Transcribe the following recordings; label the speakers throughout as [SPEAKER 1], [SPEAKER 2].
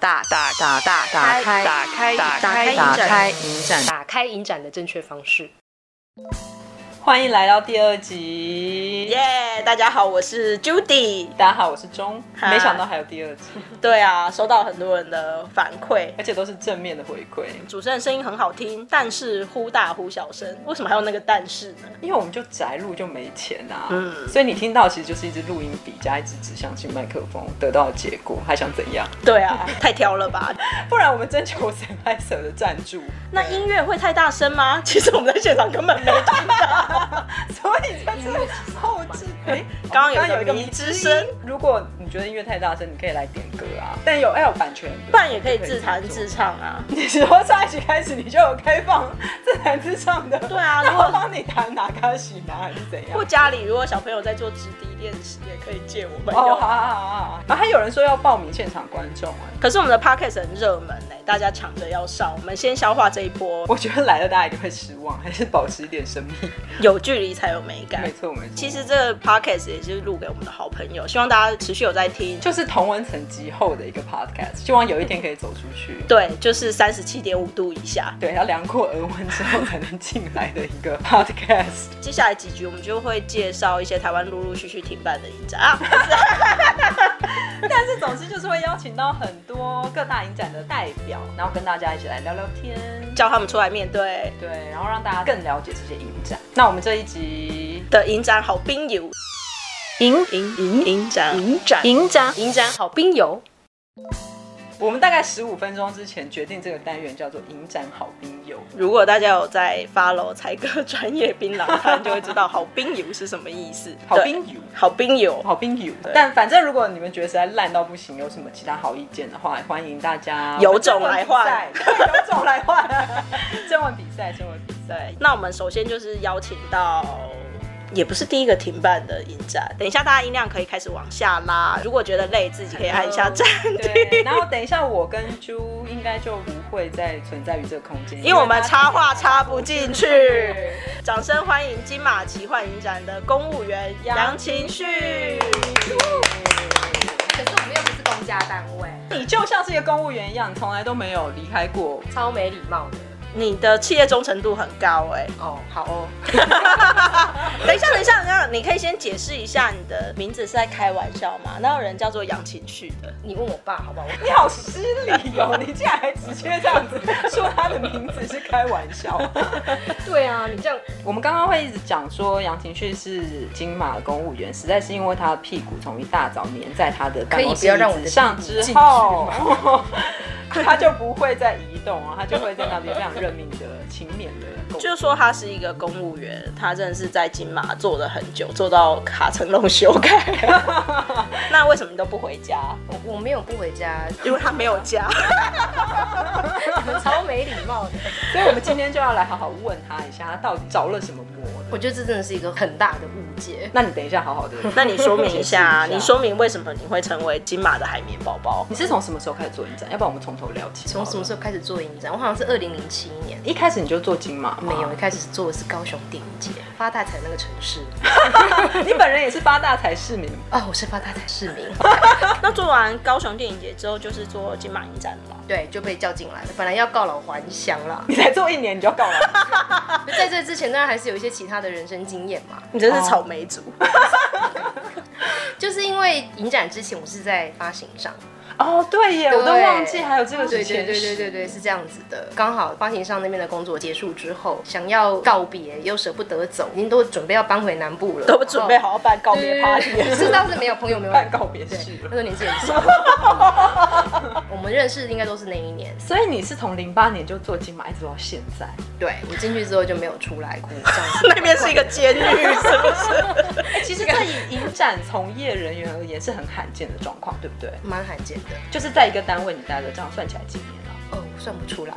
[SPEAKER 1] 打打打打打开
[SPEAKER 2] 打开
[SPEAKER 1] 打
[SPEAKER 2] 打
[SPEAKER 1] 开
[SPEAKER 2] 开
[SPEAKER 1] 打
[SPEAKER 2] 影展
[SPEAKER 1] 开影展。
[SPEAKER 2] 打开影展的正确方式。
[SPEAKER 3] 欢迎来到第二集。
[SPEAKER 4] 耶大家好，我是 Judy。
[SPEAKER 3] 大家好，我是钟。
[SPEAKER 4] 嗨
[SPEAKER 3] 没想到还有第二集，
[SPEAKER 4] 对啊，收到很多人的反馈，
[SPEAKER 3] 而且都是正面的回馈。
[SPEAKER 4] 主持人声音很好听，但是忽大忽小声，为什么还有那个但是呢？
[SPEAKER 3] 因为我们就宅录就没钱啊，
[SPEAKER 4] 嗯
[SPEAKER 3] 所以你听到其实就是一支录音笔加一支指向性麦克风得到的结果，还想怎样？
[SPEAKER 4] 对 啊，太挑了吧？
[SPEAKER 3] 不然我们征求谁拍手的赞助，
[SPEAKER 4] 那音乐会太大声吗？ 其实我们在现场根本 没听到。
[SPEAKER 3] 所以这是后 置。哎，
[SPEAKER 4] 刚刚有一个
[SPEAKER 3] 有一个
[SPEAKER 4] 迷之
[SPEAKER 3] 音
[SPEAKER 4] 声，
[SPEAKER 3] 如果你觉得音乐太大声，你可以来点歌啊，但有要有版权，
[SPEAKER 4] 不然也可以自弹自唱啊。
[SPEAKER 3] 你说上一集开始你就有开放自弹自唱的，
[SPEAKER 4] 对啊
[SPEAKER 3] 然
[SPEAKER 4] 如果
[SPEAKER 3] 后 帮你弹哪卡西拿还是怎样
[SPEAKER 4] 或？家里如果小朋友在做直笛练习，也可以借我们
[SPEAKER 3] 哦，好
[SPEAKER 4] 用。
[SPEAKER 3] 好好好好，然后还有人说要报名现场观众啊，
[SPEAKER 4] 可是我们的 podcast 很热门呢、大家抢着要上，我们先消化这一波，
[SPEAKER 3] 我觉得来了大家一定会失望，还是保持一点神秘。
[SPEAKER 4] 有距离才有美感
[SPEAKER 3] 没。错没错，
[SPEAKER 4] 其实这个 podcast 也是录给我们的好朋友，希望大家持续有在听。
[SPEAKER 3] 就是同文层级后的一个 podcast，希望有一天可以走出去。
[SPEAKER 4] 对，就是三十七点五度以下。
[SPEAKER 3] 对，要量过额温之后才能进来的一个 podcast。
[SPEAKER 4] 接下来几集我们就会介绍一些台湾陆陆续续停办的影展啊，
[SPEAKER 3] 但是总之就是会邀请到很多各大影展的代表，然后跟大家一起来聊聊天。
[SPEAKER 4] 叫他们出来面对
[SPEAKER 3] 对，然后让大家更了解这些影展。那我们这一集
[SPEAKER 4] 的影展好兵友，
[SPEAKER 2] 影
[SPEAKER 4] 影影影展影展
[SPEAKER 2] 影展
[SPEAKER 4] 影展好兵友，
[SPEAKER 3] 我们大概十五分钟之前决定这个单元叫做“影展好兵友
[SPEAKER 4] 如果大家有在 follow 才哥专业槟榔摊，就会知道好兵友是什么意思。”，
[SPEAKER 3] 好
[SPEAKER 4] 对
[SPEAKER 3] 兵友。
[SPEAKER 4] 好兵友，
[SPEAKER 3] 好兵友，但反正如果你们觉得实在烂到不行，有什么其他好意见的话，欢迎大家
[SPEAKER 4] 有种来换
[SPEAKER 3] 征文比赛有种来 换，征文比赛，征文比赛。
[SPEAKER 4] 对，那我们首先就是邀请到，也不是第一个停办的影展。等一下，大家音量可以开始往下拉。如果觉得累，自己可以按一下暂停。
[SPEAKER 3] 对，然后等一下，我跟猪应该就不会再存在于这个空间，
[SPEAKER 4] 因为我们
[SPEAKER 3] 它
[SPEAKER 4] 插话插不进去
[SPEAKER 3] 对。
[SPEAKER 4] 掌声欢迎金马奇幻影展的公务员杨晴旭。
[SPEAKER 2] 可是我们又不是公家单位，
[SPEAKER 3] 你就像是一个公务员一样，你从来都没有离开过
[SPEAKER 2] 超没礼貌的。
[SPEAKER 4] 你的企业忠诚度很高 哎、
[SPEAKER 2] 哦，好哦，
[SPEAKER 4] 等一下，等一下，等一下，你可以先解释一下你的名字是在开玩笑吗？哪有人叫做杨晴旭的？
[SPEAKER 2] 你问我爸好不好？
[SPEAKER 3] 你好失礼哦！你竟然还直接这样子说他的名字是开玩笑。
[SPEAKER 2] 对啊，你这样
[SPEAKER 3] 我们刚刚会一直讲说杨廷旭是金马的公务员，实在是因为他的屁股从一大早粘在他的
[SPEAKER 2] 可
[SPEAKER 3] 办公
[SPEAKER 2] 以不
[SPEAKER 3] 室
[SPEAKER 2] 要让我的
[SPEAKER 3] 椅子上
[SPEAKER 2] 屁股
[SPEAKER 3] 之
[SPEAKER 2] 进去
[SPEAKER 3] 后，他就不会再移动啊，他就会在那边非常认命的、勤勉的工作。
[SPEAKER 4] 就是说他是一个公务员，他真的是在金马做了很久，做到卡成龙修 改。那为什么你都不回家？
[SPEAKER 2] 我我没有不回家，
[SPEAKER 4] 因为他没有家。
[SPEAKER 2] 超没礼貌的。
[SPEAKER 3] 所以我们今天就要来好好问他一下，他到底着了什么魔呢？
[SPEAKER 2] 我觉得这真的是一个很大的误解。
[SPEAKER 3] 那你等一下 好好的，
[SPEAKER 4] 那你说明一下，啊
[SPEAKER 3] 解 释
[SPEAKER 4] 你说明为什么你会成为金马的海绵宝宝？
[SPEAKER 3] 你是从什么时候开始做影展？要不然我们从头聊起。
[SPEAKER 2] 从什么时候开始做影展？我好像是二零零七年。
[SPEAKER 3] 一开始你就做金马吗
[SPEAKER 2] 没有，一开始做的是高雄电影节，发大财那个城市。
[SPEAKER 3] 你本人也是八大才市民，
[SPEAKER 2] 哦，我是发大财市民，
[SPEAKER 4] 那做完高雄电影节之后，就是做金马影展了吗。
[SPEAKER 2] 对，就被叫进来了。本来要告老还乡啦，
[SPEAKER 3] 你才做一年你就告了，
[SPEAKER 2] 就 在这之前，当然还是有一些其他的人生经验嘛。
[SPEAKER 4] 你真是草莓族，
[SPEAKER 2] 就是因为影展之前，我是在发行上，
[SPEAKER 3] 哦，对耶，我都
[SPEAKER 2] 对
[SPEAKER 3] 忘记还有这个
[SPEAKER 2] 对对
[SPEAKER 3] 是前
[SPEAKER 2] 对对对
[SPEAKER 3] 十。
[SPEAKER 2] 对，是这样子的。刚好发行上那边的工作结束之后，想要告别，又舍不得走，已经都准备要搬回南部了，
[SPEAKER 4] 都准备好好办告别 party
[SPEAKER 2] 对对对 是倒是没有朋友没有
[SPEAKER 3] 办告别式
[SPEAKER 2] 对那
[SPEAKER 3] 了
[SPEAKER 2] 时候年纪 很小。我们认识应该都是那一年，
[SPEAKER 3] 所以你是从零八年就做金马，一直到现在。
[SPEAKER 2] 对我进去之后就没有出来过，这样 子。
[SPEAKER 4] 那边是一个监狱，是不 是？
[SPEAKER 3] 哎、其实这以影展从业人员而言是很罕见的状况，对不对？
[SPEAKER 2] 蛮罕见的
[SPEAKER 3] 就是在一个单位你待了这样算起来几年了、
[SPEAKER 2] 哦，算不出来，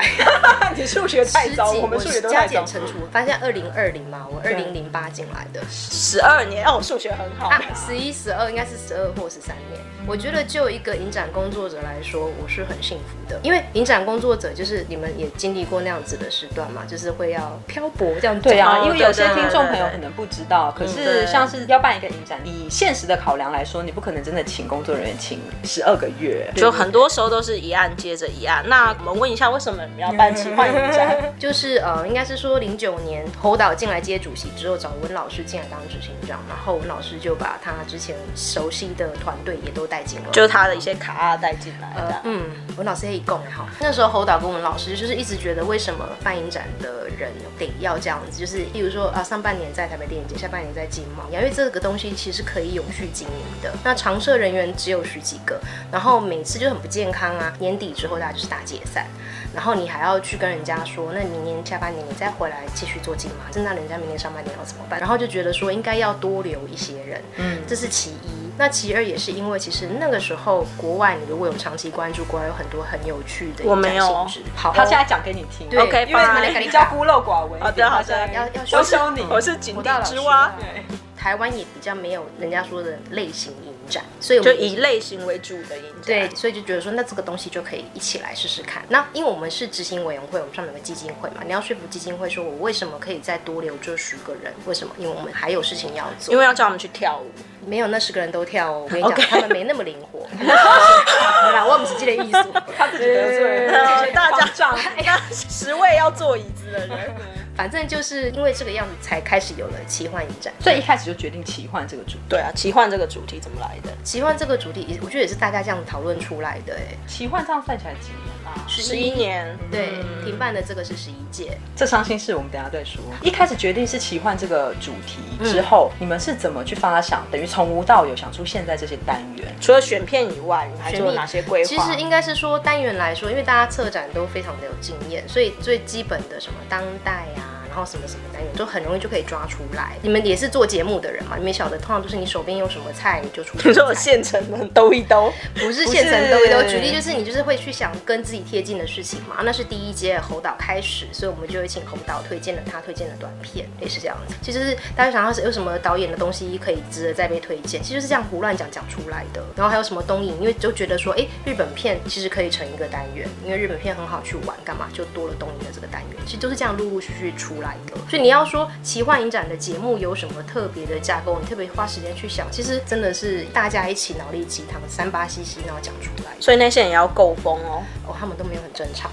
[SPEAKER 3] 你数学太
[SPEAKER 2] 十
[SPEAKER 3] 糟，
[SPEAKER 2] 几
[SPEAKER 3] 我们数学都
[SPEAKER 2] 加
[SPEAKER 3] 太糟
[SPEAKER 2] 减。乘除，发现二零二零嘛，我二零零八进来的，
[SPEAKER 4] 十二年哦，我数学很好。
[SPEAKER 2] 啊，十一、十二应该是十二或十三年。我觉得就一个影展工作者来说，我是很幸福的，因为影展工作者就是你们也经历过那样子的时段嘛，就是会要漂泊这样子。
[SPEAKER 3] 对啊，
[SPEAKER 4] 哦
[SPEAKER 3] 因为有些
[SPEAKER 4] 对对对
[SPEAKER 3] 听众朋友可能不知道，可是
[SPEAKER 4] 对
[SPEAKER 3] 像是要办一个影展，以现实的考量来说，你不可能真的请工作人员请十二个月，
[SPEAKER 4] 就很多时候都是一案接着一案。那我们问一下，为什么你们要办奇幻影 展？
[SPEAKER 2] 就是呃，应该是说零九年侯导进来接主席之后，找文老师进来当执行长，然后文老师就把他之前熟悉的团队也都带进来，
[SPEAKER 4] 就是他的一些卡啊带进来的。
[SPEAKER 2] 嗯，文老师也一共哈。那时候侯导跟文老师就是一直觉得，为什么办影展的人得要这样子？就是例如说啊，上半年在台北电影节，下半年在金马，因为这个东西其实可以永续经营的。那常设人员只有十几个，然后每次就很不健康啊。年底之后大家就是大解散，然后你还要去跟人家说，那明年下半年你再回来继续做金马，那人家明年上半年要怎么办？然后就觉得说应该要多留一些人，嗯，这是其一。那其二也是因为，其实那个时候国外，你如果有长期关注，国外有很多很有趣的
[SPEAKER 4] 我没有
[SPEAKER 2] 影展性质好，
[SPEAKER 3] 他现在讲给你听。
[SPEAKER 2] 对
[SPEAKER 4] OK，
[SPEAKER 3] 因为
[SPEAKER 4] 拜
[SPEAKER 3] 你比较孤陋寡闻。
[SPEAKER 4] 好的好的
[SPEAKER 3] 一定
[SPEAKER 2] 要要
[SPEAKER 3] 羞
[SPEAKER 2] 修
[SPEAKER 3] 羞你。
[SPEAKER 4] 我是井底之
[SPEAKER 2] 我
[SPEAKER 4] 蛙，
[SPEAKER 3] 对
[SPEAKER 2] 台湾也比较没有人家说的类型影展，所以我
[SPEAKER 4] 就
[SPEAKER 2] 们
[SPEAKER 4] 以类型为主的影展。
[SPEAKER 2] 对，所以就觉得说，那这个东西就可以一起来试试看。那因为我们是执行委员会，我们上面有个基金会嘛，你要说服基金会说，我为什么可以再多留这十个人？为什么？因为我们还有事情要做，
[SPEAKER 4] 因为要叫我们去跳舞。
[SPEAKER 2] 没有那十个人都跳哦。我跟你讲
[SPEAKER 4] OK
[SPEAKER 2] 他们没那么灵活。没啦，我们是记得艺术。
[SPEAKER 3] 他自己得罪了
[SPEAKER 4] 对大家
[SPEAKER 3] 仗。
[SPEAKER 4] 那十位要坐椅子的人，
[SPEAKER 2] 反正就是因为这个样子，才开始有了奇幻影展。
[SPEAKER 3] 所以一开始就决定奇幻这个主题。
[SPEAKER 4] 对啊，奇幻这个主题怎么来的？
[SPEAKER 2] 奇幻这个主题，也我觉得也是大家这样讨论出来的、哎，
[SPEAKER 3] 奇幻这样算起来几年啦？
[SPEAKER 4] 十一年，
[SPEAKER 2] 对，停办的这个是十一届。
[SPEAKER 3] 这伤心事我们等一下再说。一开始决定是奇幻这个主题之后，你们是怎么去发想？等于从无到有想出现在这些单元。
[SPEAKER 4] 除了选片以外，你还做了哪些规划？
[SPEAKER 2] 其实应该是说单元来说，因为大家策展都非常的有经验，所以最基本的什么当代啊，然后什么什么单元，就很容易就可以抓出来。你们也是做节目的人嘛，你们晓得，通常就是你手边有什么菜你就出什
[SPEAKER 4] 你
[SPEAKER 2] 么
[SPEAKER 4] 说我
[SPEAKER 2] 菜
[SPEAKER 4] 现成的兜一兜，
[SPEAKER 2] 不是现成都
[SPEAKER 3] 不
[SPEAKER 2] 有。
[SPEAKER 3] 是
[SPEAKER 2] 举例就是你就是会去想跟自己贴近的事情嘛，那是第一阶侯导开始，所以我们就会请侯导推荐了他推荐的短片，也是这样子。其实是大家想要是有什么导演的东西可以值得再被推荐，其实就是这样胡乱讲讲出来的。然后还有什么东影，因为就觉得说，哎，日本片其实可以成一个单元，因为日本片很好去玩，干嘛就多了东影的这个单元，其实都是这样陆陆续续出来的。所以你要说奇幻影展的节目有什么特别的架构，你特别花时间去想，其实真的是大家一起脑力激荡，三八兮兮然后讲出来的。
[SPEAKER 4] 所以那些人也要够疯 哦。
[SPEAKER 2] 哦，他们都没有很正常，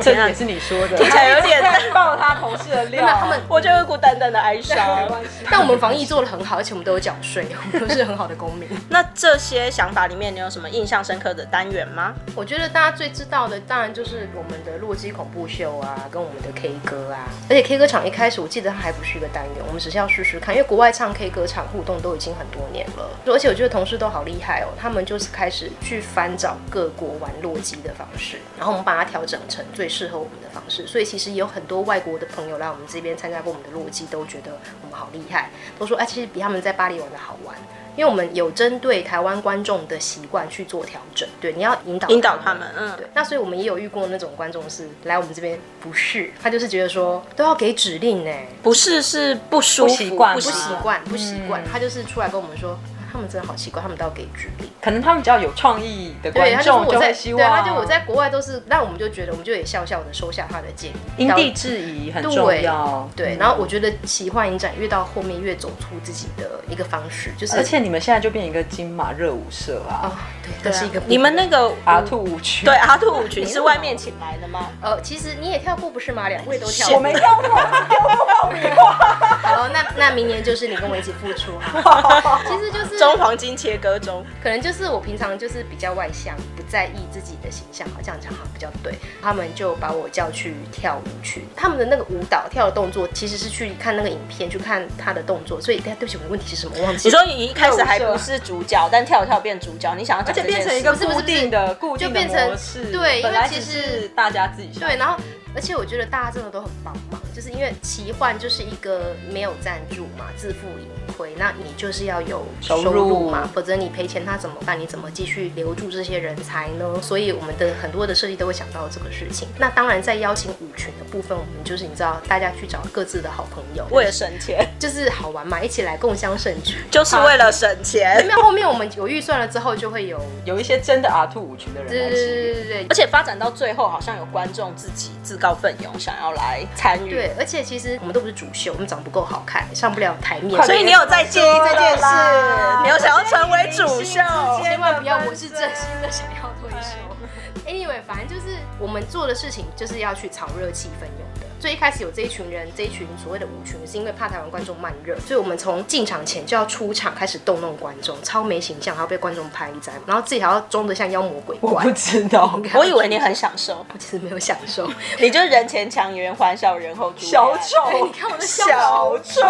[SPEAKER 3] 这也是你说的，
[SPEAKER 4] 听起来有点
[SPEAKER 3] 在爆他同事的料。
[SPEAKER 2] 没有他们
[SPEAKER 4] 我就有一股淡淡的哀
[SPEAKER 3] 没
[SPEAKER 4] 伤。
[SPEAKER 3] 关系
[SPEAKER 2] 但我们防疫做得很好，而且我们都有缴税，我们都是很好的公民。
[SPEAKER 4] 那这些想法里面，你有什么印象深刻的单元吗？
[SPEAKER 2] 我觉得大家最知道的，当然就是我们的洛基恐怖秀啊，跟我们的 K 歌啊。而且 K 歌场一开始，我记得它还不是一个单元，我们只是要试试看，因为国外唱 K 歌场互动都已经很多年了。而且我觉得同事都好厉害哦，他们就是开始去翻找各国玩洛基的方式，然后我们把它调整成最适合我们的方式。所以其实有很多外国的朋友来我们这边参加过我们的洛基，都觉得我们好厉害，都说哎，其实比他们在巴黎玩的好玩。因为我们有针对台湾观众的习惯去做调整，对，你要引导
[SPEAKER 4] 引导他们，嗯，
[SPEAKER 2] 对，那所以我们也有遇过那种观众是来我们这边不是，他就是觉得说都要给指令呢、
[SPEAKER 4] 不是是不舒服，
[SPEAKER 3] 不习惯
[SPEAKER 2] 不
[SPEAKER 4] 不习
[SPEAKER 2] 习
[SPEAKER 4] 惯。
[SPEAKER 2] 惯，不习惯，
[SPEAKER 3] 嗯
[SPEAKER 2] 他就是出来跟我们说，啊他们真的好奇怪，他们都要给指令。
[SPEAKER 3] 可能他们比较有创意的
[SPEAKER 2] 对，
[SPEAKER 3] 嗯观
[SPEAKER 2] 他就
[SPEAKER 3] 众
[SPEAKER 2] 说我在，
[SPEAKER 3] 会希
[SPEAKER 2] 对，
[SPEAKER 3] 望，
[SPEAKER 2] 他就我在国外都是，那我们就觉得我们就也笑笑的收下他的建议，
[SPEAKER 3] 因
[SPEAKER 2] 到
[SPEAKER 3] 地制宜很重
[SPEAKER 2] 对
[SPEAKER 3] 要。
[SPEAKER 2] 对，
[SPEAKER 3] 嗯
[SPEAKER 2] 然后我觉得奇幻影展越到后面越走出自己的一个方式，就是
[SPEAKER 3] 而且你们现在就变一个金马热舞社
[SPEAKER 2] 哦
[SPEAKER 3] 啊，，
[SPEAKER 2] 对，这是一个
[SPEAKER 4] 你们那个
[SPEAKER 3] 阿兔舞曲。
[SPEAKER 4] 对阿兔舞群是外面请来的吗？
[SPEAKER 2] 呃，其实你也跳过不是吗？两位都跳
[SPEAKER 3] 我
[SPEAKER 2] 过，
[SPEAKER 3] 没跳过，
[SPEAKER 2] 好，那那明年就是你跟我一起付出啊，其实就是
[SPEAKER 4] 中黄金切割中，
[SPEAKER 2] 可能就是我平常就是比较外向，不在意自己的形象，好像讲好像比较对。他们就把我叫去跳舞去，他们的那个舞蹈跳的动作其实是去看那个影片，去看他的动作。所以，对哎对不起，我的问题是什么？我忘记
[SPEAKER 4] 你
[SPEAKER 2] 了。
[SPEAKER 4] 说你一开始还不是啊主角，但跳一跳变主角，你想要
[SPEAKER 3] 而
[SPEAKER 4] 讲
[SPEAKER 3] 且
[SPEAKER 4] 这
[SPEAKER 3] 变
[SPEAKER 4] 件
[SPEAKER 3] 成一
[SPEAKER 4] 事，
[SPEAKER 3] 个
[SPEAKER 2] 不是不是
[SPEAKER 3] 固定的、固定
[SPEAKER 2] 就
[SPEAKER 3] 的
[SPEAKER 2] 变成
[SPEAKER 3] 模式。
[SPEAKER 2] 对因为
[SPEAKER 3] 本来
[SPEAKER 2] 其
[SPEAKER 3] 只
[SPEAKER 2] 实
[SPEAKER 3] 是大家自己想
[SPEAKER 2] 对，然后而且我觉得大家真的都很帮忙，就是因为奇幻就是一个没有赞助嘛，自负盈亏。回，那你就是要有
[SPEAKER 3] 收入
[SPEAKER 2] 嘛，否则你赔钱他怎么办？你怎么继续留住这些人才呢？所以我们的很多的设计都会想到这个事情。那当然，在邀请舞群的部分，我们就是你知道，大家去找各自的好朋友，
[SPEAKER 4] 为了省钱，
[SPEAKER 2] 就是好玩嘛，一起来共襄盛举。
[SPEAKER 4] 就是为了省钱。
[SPEAKER 2] 没有后面我们有预算了之后，就会有，
[SPEAKER 3] 有一些真的 R two 舞群的人
[SPEAKER 2] 对
[SPEAKER 3] 来
[SPEAKER 2] 对
[SPEAKER 3] 支
[SPEAKER 2] 对
[SPEAKER 3] 援。
[SPEAKER 2] 对对
[SPEAKER 4] 而。且发展到最后，好像有观众自己自告奋勇想要来参与。
[SPEAKER 2] 对，而且其实我们都不是主秀，我们长不够好看，上不了台面，
[SPEAKER 4] 所以你有在介意这件事
[SPEAKER 3] 啦，
[SPEAKER 4] 你有想要成为主秀，
[SPEAKER 2] 千万不要，我是真心的想要退休。Anyway，反正就是我们做的事情就是要去炒热气氛用的。最一开始有这一群人，这一群所谓的舞群，是因为怕台湾观众慢热，所以我们从进场前就要出场开始动弄观众，超没形象，还要被观众拍一张，然后自己还要装得像妖魔鬼
[SPEAKER 3] 我
[SPEAKER 2] 怪
[SPEAKER 3] 不。知道，
[SPEAKER 4] 我以为你很享受，
[SPEAKER 2] 我其实没有享受，
[SPEAKER 4] 你就是人前强颜欢笑，人后猪
[SPEAKER 3] 小
[SPEAKER 4] 丑。
[SPEAKER 3] 丑
[SPEAKER 2] 你，看我的笑
[SPEAKER 3] 小丑，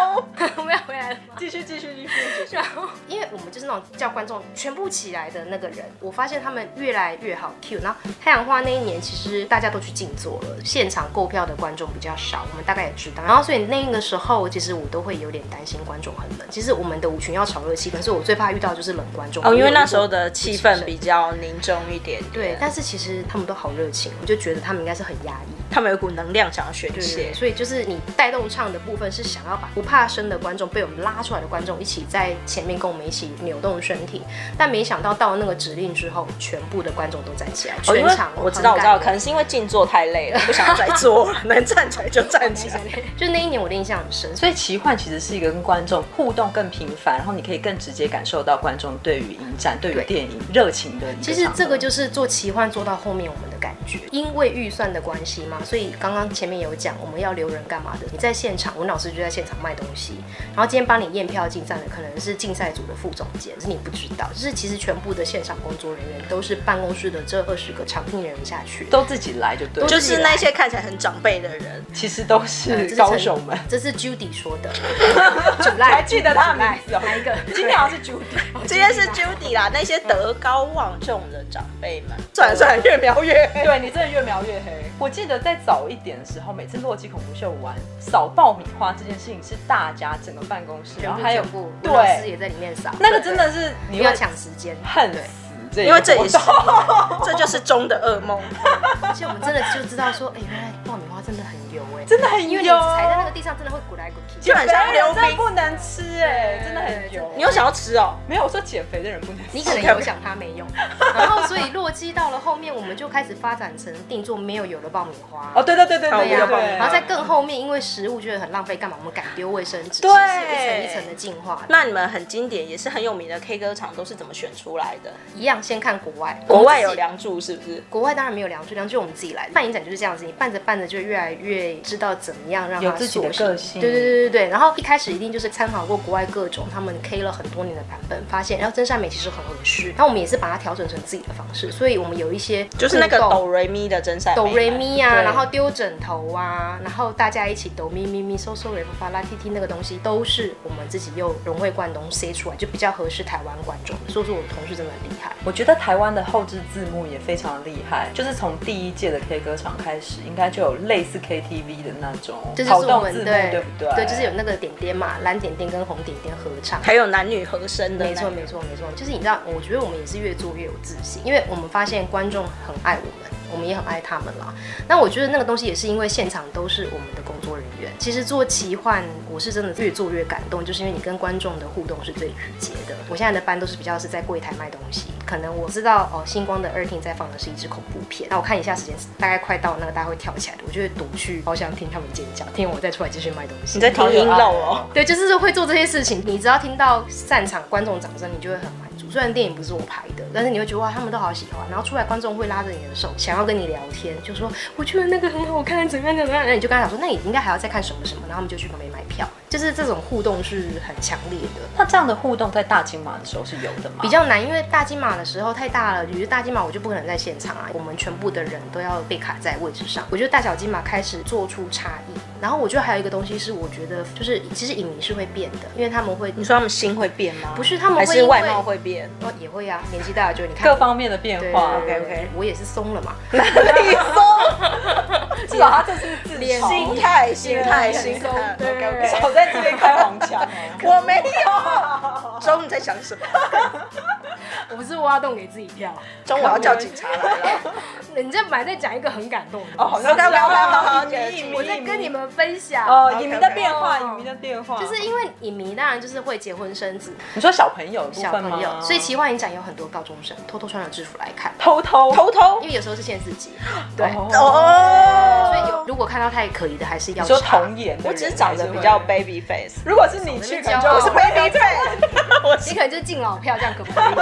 [SPEAKER 2] 我们要回来了吗？
[SPEAKER 3] 继续继续继续，
[SPEAKER 2] 然后， 因为我们就是那种叫观众全部起来的那个人，我发现他们越来越好 Q。然后太阳花那一年，其实大家都去静坐了，现场购票的观众比较少，我们大概也知道。然后所以那个时候，其实我都会有点担心观众很冷。其实我们的舞群要炒热气氛，所以我最怕遇到就是冷观众。
[SPEAKER 4] 哦，因
[SPEAKER 2] 我
[SPEAKER 4] 为
[SPEAKER 2] 有遇过
[SPEAKER 4] 那时候的气氛比较凝重一点点，
[SPEAKER 2] 对，但是其实他们都好热情，我就觉得他们应该是很压抑。
[SPEAKER 4] 他们有股能量想要宣
[SPEAKER 2] 对对
[SPEAKER 4] 泄
[SPEAKER 2] 对，。所以就是你带动唱的部分是想要把不怕生的观众被我们拉出来的观众一起在前面跟我们一起扭动身体，但没想到到那个指令之后，全部的观众都站起来，
[SPEAKER 4] 哦，因
[SPEAKER 2] 全
[SPEAKER 4] 为
[SPEAKER 2] 场
[SPEAKER 4] 我知道，我知道，
[SPEAKER 2] 涵盖
[SPEAKER 4] 可能是因为静坐太累了， 不想再坐了，能站起来就站 起来。
[SPEAKER 2] 就那一年我的印象很深，所
[SPEAKER 3] 所以奇幻其实是一个跟观众互动更频繁，然后你可以更直接感受到观众对于影展、对于
[SPEAKER 2] 对
[SPEAKER 3] 电影热情的一
[SPEAKER 2] 以
[SPEAKER 3] 个
[SPEAKER 2] 其实
[SPEAKER 3] 场合
[SPEAKER 2] 这个就是做奇幻做到后面我们的感觉，因为预算的关系嘛，所以刚刚前面有讲我们要留人干嘛的，你在现场，文老师就在现场卖东西，然后今天帮你验票进站的可能是竞赛组的副总监，是你不知道，就是其实全部的现场工作人员都是办公室的这二十个常聘人员下去，
[SPEAKER 3] 都自己来就对
[SPEAKER 2] 都
[SPEAKER 3] 了，
[SPEAKER 4] 就
[SPEAKER 3] 就是
[SPEAKER 4] 那些看起来很长辈的人，
[SPEAKER 3] 其实都
[SPEAKER 2] 呃
[SPEAKER 3] 是高手们。，
[SPEAKER 2] 这是陈这是 Judy 说 的，主赖
[SPEAKER 3] 还记得他的名字哦
[SPEAKER 2] 哪一个？
[SPEAKER 3] 今天好像是九点，
[SPEAKER 4] 这些是 Judy 啦，那些德高望重的长辈们。算了算了，越描越黑。
[SPEAKER 3] 对你真的越描越黑。我记得在早一点的时候，每次洛基恐怖秀完扫爆米花这件事情是大家整个办公室，
[SPEAKER 2] 全
[SPEAKER 3] 然后
[SPEAKER 2] 部
[SPEAKER 3] 还有
[SPEAKER 2] 全部文老师
[SPEAKER 3] 对
[SPEAKER 2] 也在里面扫，
[SPEAKER 3] 那个真的是你
[SPEAKER 2] 不
[SPEAKER 3] 会
[SPEAKER 2] 要抢时间，
[SPEAKER 3] 恨
[SPEAKER 2] 对
[SPEAKER 3] 死。这个
[SPEAKER 4] 因
[SPEAKER 3] 活动，
[SPEAKER 4] 为这也是，这就是钟的噩梦。
[SPEAKER 2] 而且我们真的就知道说，哎、原来爆米花真的很油哎、
[SPEAKER 3] 真的很
[SPEAKER 2] 因为你
[SPEAKER 3] 油
[SPEAKER 2] 踩在那个地上真的会滚来滚去。
[SPEAKER 4] 就很像溜
[SPEAKER 3] 人真
[SPEAKER 4] 冰
[SPEAKER 3] 的不能吃哎，真的很油。
[SPEAKER 4] 你有想要吃哦？
[SPEAKER 3] 没有我说减肥的人不能吃，
[SPEAKER 2] 你可能有想它没 用，然后所以洛基到了后面，我们就开始发展成定做没有油的爆米花。
[SPEAKER 3] 哦，对对对对
[SPEAKER 4] 哦
[SPEAKER 3] 对
[SPEAKER 2] 对
[SPEAKER 4] 我
[SPEAKER 2] 呀、
[SPEAKER 4] 有爆米花
[SPEAKER 3] 对，
[SPEAKER 2] 然后在更后面，因为食物觉得很浪费，干嘛？我们改丢卫生纸，
[SPEAKER 4] 对
[SPEAKER 2] 其实是一层一层的进化。
[SPEAKER 4] 那你们很经典，也是很有名的 K 歌场都是怎么选出来的？
[SPEAKER 2] 一样先看国外，
[SPEAKER 4] 国外有
[SPEAKER 2] 我们自己
[SPEAKER 4] 梁祝是不是？
[SPEAKER 2] 国外当然没有良知，良知我们自己来的。办影展就是这样子，你办着办着就越来越知道怎么样让它
[SPEAKER 3] 有自己的
[SPEAKER 2] 塑形
[SPEAKER 3] 个性
[SPEAKER 2] 对对对对对。然后一开始一定就是参考过国外各种他们 K 了很多年的版本，发现然后真善美其实很合适。然后我们也是把它调整成自己的方式，所以我们有一些
[SPEAKER 4] 就是那个
[SPEAKER 2] 互动
[SPEAKER 4] 哆瑞咪的真善美
[SPEAKER 2] 抖
[SPEAKER 4] 嘛
[SPEAKER 2] 瑞咪啊，
[SPEAKER 3] 对
[SPEAKER 2] 然后丢枕头啊，然后大家一起抖咪咪咪、嗦嗦瑞发发拉踢踢那个东西，都是我们自己用融会贯通塞出来，就比较合适台湾观众。所以说我同事真的很厉害。
[SPEAKER 3] 我觉得台湾的后置字幕也非常厉害，就是从第一届的 K 歌场开始，应该就有类似 KTV 的那种
[SPEAKER 2] 这就
[SPEAKER 3] 跑
[SPEAKER 2] 是我
[SPEAKER 3] 动
[SPEAKER 2] 们
[SPEAKER 3] 字幕，
[SPEAKER 2] 对
[SPEAKER 3] 对不对？
[SPEAKER 2] 对，就是有那个点点嘛，蓝点点跟红点点合唱。
[SPEAKER 4] 还有男女和声的，
[SPEAKER 2] 没错，没。错，没错，就是你知道，我觉得我们也是越做越有自信，因为我们发现观众很爱我们，我们也很爱他们啦。那我觉得那个东西也是因为现场都是我们的工作人员。其实做奇幻，我是真的越做越感动，就是因为你跟观众的互动是最直接的。我现在的班都是比较是在柜台卖东西，可能我知道哦，星光的二厅在放的是一支恐怖片，那我看一下时间，大概快到那个大家会跳起来的，我就会躲去，好想听他们尖叫，听完我再出来继续卖东西。
[SPEAKER 4] 你在听音漏哦。
[SPEAKER 2] 对，就是会做这些事情。你只要听到散场观众掌声，你就会很满足。虽然电影不是我拍的，但是你会觉得哇，他们都好喜欢。然后出来观众会拉着你的手，想要跟你聊天，就说我觉得那个很好看，怎么样怎么样。然后你就跟他讲说，那你应该还要再看什么什么。然后他们就去旁边买票，就是这种互动是很强烈的。
[SPEAKER 3] 那这样的互动在大金马的时候是有的吗？
[SPEAKER 2] 比较难，因为大金马的时候太大了，比如大金马我就不可能在现场啊，我们全部的人都要被卡在位置上。我觉得大小金马开始做出差异，然后我觉得还有一个东西是，我觉得就是其实影迷是会变的，因为他们会
[SPEAKER 4] 你说他们心会变吗？
[SPEAKER 2] 不是他们会
[SPEAKER 4] 还是
[SPEAKER 2] 因为
[SPEAKER 4] 外貌会变？
[SPEAKER 2] 哦，也会啊，年纪大了就你看
[SPEAKER 3] 各方面的变
[SPEAKER 2] 对
[SPEAKER 3] 化。
[SPEAKER 2] 对对
[SPEAKER 4] OK，OK
[SPEAKER 2] 我也是松了嘛。
[SPEAKER 4] 哪里松？
[SPEAKER 3] 至少他这是自
[SPEAKER 2] 脸
[SPEAKER 3] 嘲
[SPEAKER 4] 心态，心态，
[SPEAKER 2] 对
[SPEAKER 4] 心态。
[SPEAKER 2] 对
[SPEAKER 4] OK，OK
[SPEAKER 3] 少在这边开黄腔 哦。
[SPEAKER 4] 我没有。中，你在想什么？
[SPEAKER 2] 我不是挖洞给自己跳。啊
[SPEAKER 4] 中，我要叫警察来了。
[SPEAKER 2] 你这买再讲一个很感动的
[SPEAKER 3] 哦，
[SPEAKER 2] 东
[SPEAKER 3] 好
[SPEAKER 2] 西，
[SPEAKER 3] 像
[SPEAKER 4] 好好好好
[SPEAKER 2] 我在跟你们分享。
[SPEAKER 3] 哦，
[SPEAKER 4] OK，OK
[SPEAKER 3] 影迷的变化，
[SPEAKER 2] 哦
[SPEAKER 3] 影迷的变化，
[SPEAKER 2] 就是因为影迷当然就是会结婚生子，
[SPEAKER 3] 你说小朋友的部
[SPEAKER 2] 小
[SPEAKER 3] 分
[SPEAKER 2] 朋友，
[SPEAKER 3] 吗？
[SPEAKER 2] 所以奇幻影展有很多高中生偷偷穿着制服来看，
[SPEAKER 3] 偷偷
[SPEAKER 4] 偷偷
[SPEAKER 2] 因。为有时候是限制级，对，
[SPEAKER 4] 哦
[SPEAKER 2] 所以有如果看到太可疑的，还是要
[SPEAKER 3] 你说
[SPEAKER 2] 查
[SPEAKER 3] 童颜的人，
[SPEAKER 4] 我只是长得比较
[SPEAKER 3] 悲。
[SPEAKER 4] baby face。
[SPEAKER 3] 如果是你去，可能就
[SPEAKER 2] 我
[SPEAKER 4] 我
[SPEAKER 2] 是
[SPEAKER 4] 是 baby face。我
[SPEAKER 2] 你
[SPEAKER 4] 是
[SPEAKER 2] 可能就是敬老票，这样可不可以？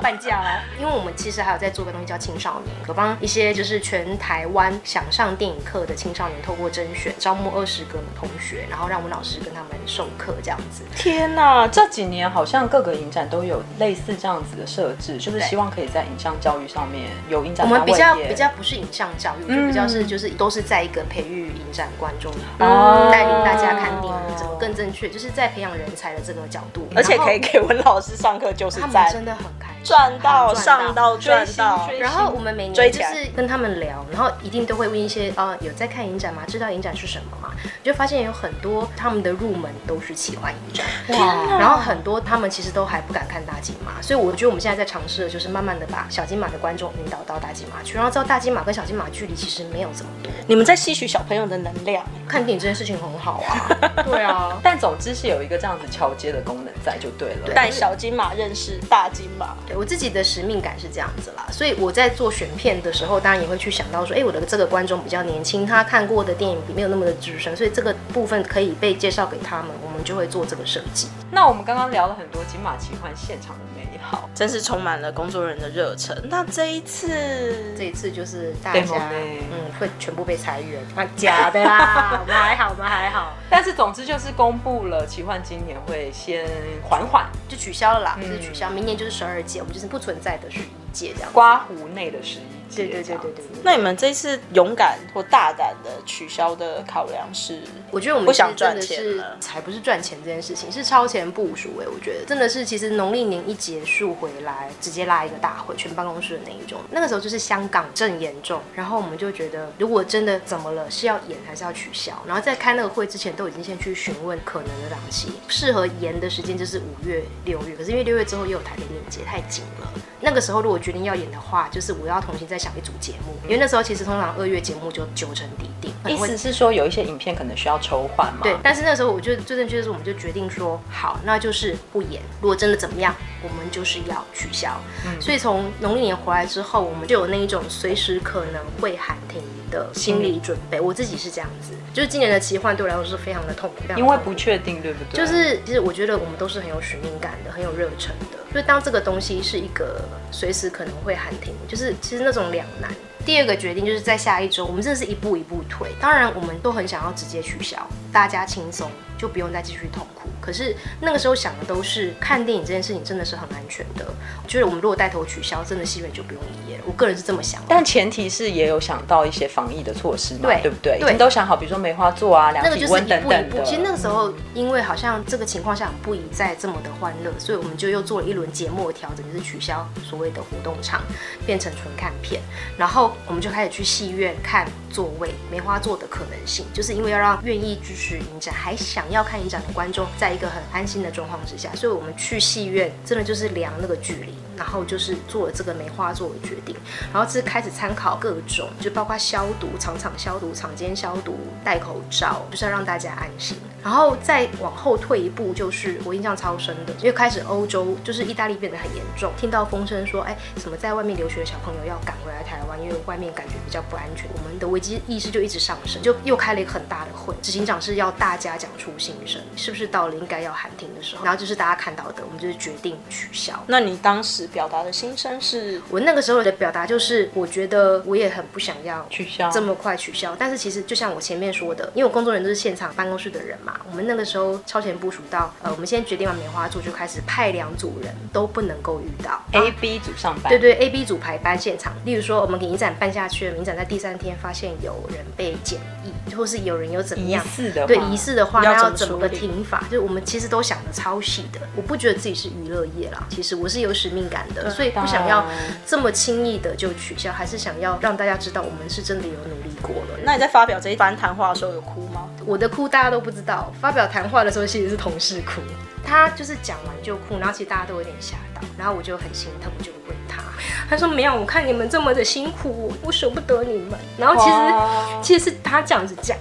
[SPEAKER 2] 半价哦。因为我们其实还有在做个东西叫青少年，有帮一些就是全台湾想上电影课的青少年，透过甄选招募二十个同学，然后让我们老师跟他们授课这样子。
[SPEAKER 4] 天哪，这
[SPEAKER 3] 这几年好像各个影展都有类似这样子的设置，就是
[SPEAKER 2] 对
[SPEAKER 3] 希望可以在影像教育上面有影展
[SPEAKER 2] 我们
[SPEAKER 3] 单
[SPEAKER 2] 比
[SPEAKER 3] 位
[SPEAKER 2] 较
[SPEAKER 3] 也
[SPEAKER 2] 比较不是影像教育，就比较
[SPEAKER 4] 嗯
[SPEAKER 2] 是就是都是在一个培育影展观众，
[SPEAKER 3] 哦
[SPEAKER 2] 带领大家看电影怎么更正确，就是在培养人才的这个角度，
[SPEAKER 4] 而且可以
[SPEAKER 2] 嗯然后
[SPEAKER 4] 给文老师上课就是
[SPEAKER 2] 他们
[SPEAKER 4] 赞，
[SPEAKER 2] 真的很开心，
[SPEAKER 4] 赚到
[SPEAKER 2] 赚
[SPEAKER 4] 上到赚到。
[SPEAKER 3] 追星追
[SPEAKER 2] 然后我们每
[SPEAKER 4] 追
[SPEAKER 2] 年
[SPEAKER 4] 起
[SPEAKER 2] 就
[SPEAKER 4] 来
[SPEAKER 2] 是跟他们聊，然后一定都会问一些呃有在看影展吗？知道影展是什么吗？你就发现有很多他们的入门都是喜欢影展，
[SPEAKER 3] 哇，
[SPEAKER 2] 然后很多他们其实都还不敢看大金马，所以我觉得我们现在在尝试的就是慢慢的把小金马的观众引导到大金马去，然后知道大金马跟小金马距离其实没有这么多，
[SPEAKER 4] 你们在吸取小朋友的能量，
[SPEAKER 2] 看电影这件事情很好啊， 对啊。
[SPEAKER 3] 但总之是有一个这样子桥接的功能在就对了。
[SPEAKER 4] 带小金马认识大金马。
[SPEAKER 2] 对我自己的使命感是这样子啦，所以我在做选片的时候，当然也会去想到说，哎，我的这个观众比较年轻，他看过的电影没有那么的资深，所以这个部分可以被介绍给他们，我们就会做这个设计。
[SPEAKER 3] 那我们刚刚聊了很多金马奇幻现场的美好，
[SPEAKER 4] 真是充满了工作人员的热忱。那这一次，
[SPEAKER 2] 这一次就是大
[SPEAKER 3] 对
[SPEAKER 2] 家
[SPEAKER 3] 萌妹
[SPEAKER 2] 嗯会全部被裁员，啊假的 啦，我们还好，我们还好，
[SPEAKER 3] 但是总之就是公布了奇幻今年会先缓缓
[SPEAKER 2] 就取消了啦，
[SPEAKER 3] 嗯
[SPEAKER 2] 就是取消，明年就是十二届，我们就是不存在的是一届这样子。
[SPEAKER 3] 刮胡内的十一
[SPEAKER 2] 对
[SPEAKER 3] 届，
[SPEAKER 2] 对对对对。对。
[SPEAKER 4] 那你们这次勇敢或大胆的取消的考量是？
[SPEAKER 2] 我觉得我
[SPEAKER 4] 不
[SPEAKER 2] 们
[SPEAKER 4] 想
[SPEAKER 2] 是真的
[SPEAKER 4] 赚钱
[SPEAKER 2] 是
[SPEAKER 4] 了
[SPEAKER 2] 才不是赚钱这件事情，是超前部署哎、我觉得真的是，其实农历年一结束回来，直接拉一个大会，全办公室的那一种。那个时候就是香港正严重，然后我们就觉得，如果真的怎么了，是要演还是要取消？然后在开那个会之前，都已经先去询问可能的档期，适合延的时间就是五月、六月，可是因为六月之后又有台北电影节，太紧了。那个时候如果决定要演的话，就是我要重新再想一组节目，因为那时候其实通常二月节目就九成底定，
[SPEAKER 3] 意思是说有一些影片可能需要抽换嘛？
[SPEAKER 2] 对，，但是那时候我就最正确的是，我们就决定说，好，那就是不演。如果真的怎么样，我们就是要取消。
[SPEAKER 3] 嗯
[SPEAKER 2] 所以从农历年回来之后，我们就有那一种随时可能会喊停的心
[SPEAKER 3] 嗯
[SPEAKER 2] 理准备。我自己是这样子，就是今年的奇幻对我来说是非常的痛苦，非常地
[SPEAKER 3] 因为
[SPEAKER 2] 痛苦
[SPEAKER 3] 不确定，对不对？
[SPEAKER 2] 就是其实我觉得我们都是很有使命感的，很有热忱的。就当这个东西是一个随时可能会喊停，就是其实那种两难。第二个决定就是在下一周，我们真的是一步一步推。当然，我们都很想要直接取消，大家轻松，就不用再继续痛苦。可是那个时候想的都是看电影这件事情真的是很安全的。我觉得我们如果带头取消，真的戏院就不用营业了。我个人是这么想的。
[SPEAKER 3] 但前提是也有想到一些防疫的措施嘛，
[SPEAKER 2] 对
[SPEAKER 3] 对不对？已
[SPEAKER 2] 对
[SPEAKER 3] 经都想好，比如说梅花座啊、量
[SPEAKER 2] 那个
[SPEAKER 3] 体
[SPEAKER 2] 就是
[SPEAKER 3] 温
[SPEAKER 2] 一
[SPEAKER 3] 等
[SPEAKER 2] 步一
[SPEAKER 3] 等
[SPEAKER 2] 步
[SPEAKER 3] 的。。
[SPEAKER 2] 其实那个时候，因为好像这个情况下不宜再这么的欢乐，所以我们就又做了一轮节目的调整，就是取消所谓的活动场，变成纯看片。然后我们就开始去戏院看座位梅花座的可能性，就是因为要让愿意支持影展还想要看影展的观众，在一个很安心的状况之下，所以我们去戏院真的就是量那个距离。然后就是做了这个梅花座的决定，然后是开始参考各种，就包括消毒、场场消毒、场间消毒、戴口罩，就是要让大家安心。然后再往后退一步，就是我印象超深的，因为开始欧洲就是意大利变得很严重，听到风声说，哎，什么在外面留学的小朋友要赶回来台湾，因为外面感觉比较不安全，我们的危机意识就一直上升，就又开了一个很大的会，执行长是要大家讲出心声，是不是到了应该要喊停的时候？然后就是大家看到的，我们就是决定取消。
[SPEAKER 4] 那你当时表达的心声是？
[SPEAKER 2] 我那个时候的表达就是，我觉得我也很不想要
[SPEAKER 3] 取消
[SPEAKER 2] 这么快取消。但是其实就像我前面说的，因为我工作人员都是现场办公室的人嘛，嘛，我们那个时候超前部署到，呃，我们先决定完梅花座就开始派两组人都不能够遇到。啊
[SPEAKER 3] A、B 组上班，
[SPEAKER 2] 对对，A、B 组排班现场，例如说我们给影展办下去了，影展在第三天发现有人被检疫，或是有人有怎么
[SPEAKER 3] 疑
[SPEAKER 2] 样，
[SPEAKER 3] 似的
[SPEAKER 2] 对
[SPEAKER 3] 话
[SPEAKER 2] 疑似的话，
[SPEAKER 4] 要
[SPEAKER 2] 那要
[SPEAKER 4] 怎么
[SPEAKER 2] 怎么
[SPEAKER 4] 处
[SPEAKER 2] 个
[SPEAKER 4] 理
[SPEAKER 2] 停法？就是我们其实都想的超细的。我不觉得自己是娱乐业啦，其实我是有使命感的，所以不想要
[SPEAKER 3] 当然
[SPEAKER 2] 这么轻易的就取消，还是想要让大家知道我们是真的有努力过了。
[SPEAKER 4] 那你在发表这一番谈话的时候有哭吗？
[SPEAKER 2] 我的哭大家都不知道，发表谈话的时候其实是同事哭，他就是讲完就哭，然后其实大家都有点吓到，然后我就很心疼，我就问他， 他说没有，我看你们这么的辛苦，我舍不得你们。然后其
[SPEAKER 3] 哇
[SPEAKER 2] 实其实是他这样子讲，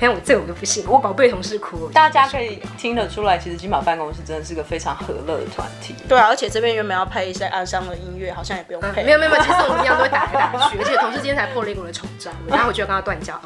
[SPEAKER 2] 没有，我这我就不信，我宝贝同事哭，
[SPEAKER 3] 大家可以听得出来，其实金马办公室真的是个非常和乐的团体。
[SPEAKER 4] 对啊，而且这边原本要配一些哀伤的音乐，好像也不用配。
[SPEAKER 2] 没有没有，没有，其实我们一样都会打来打去，而且同事今天才破了一个我的丑照，然后我就跟他断交。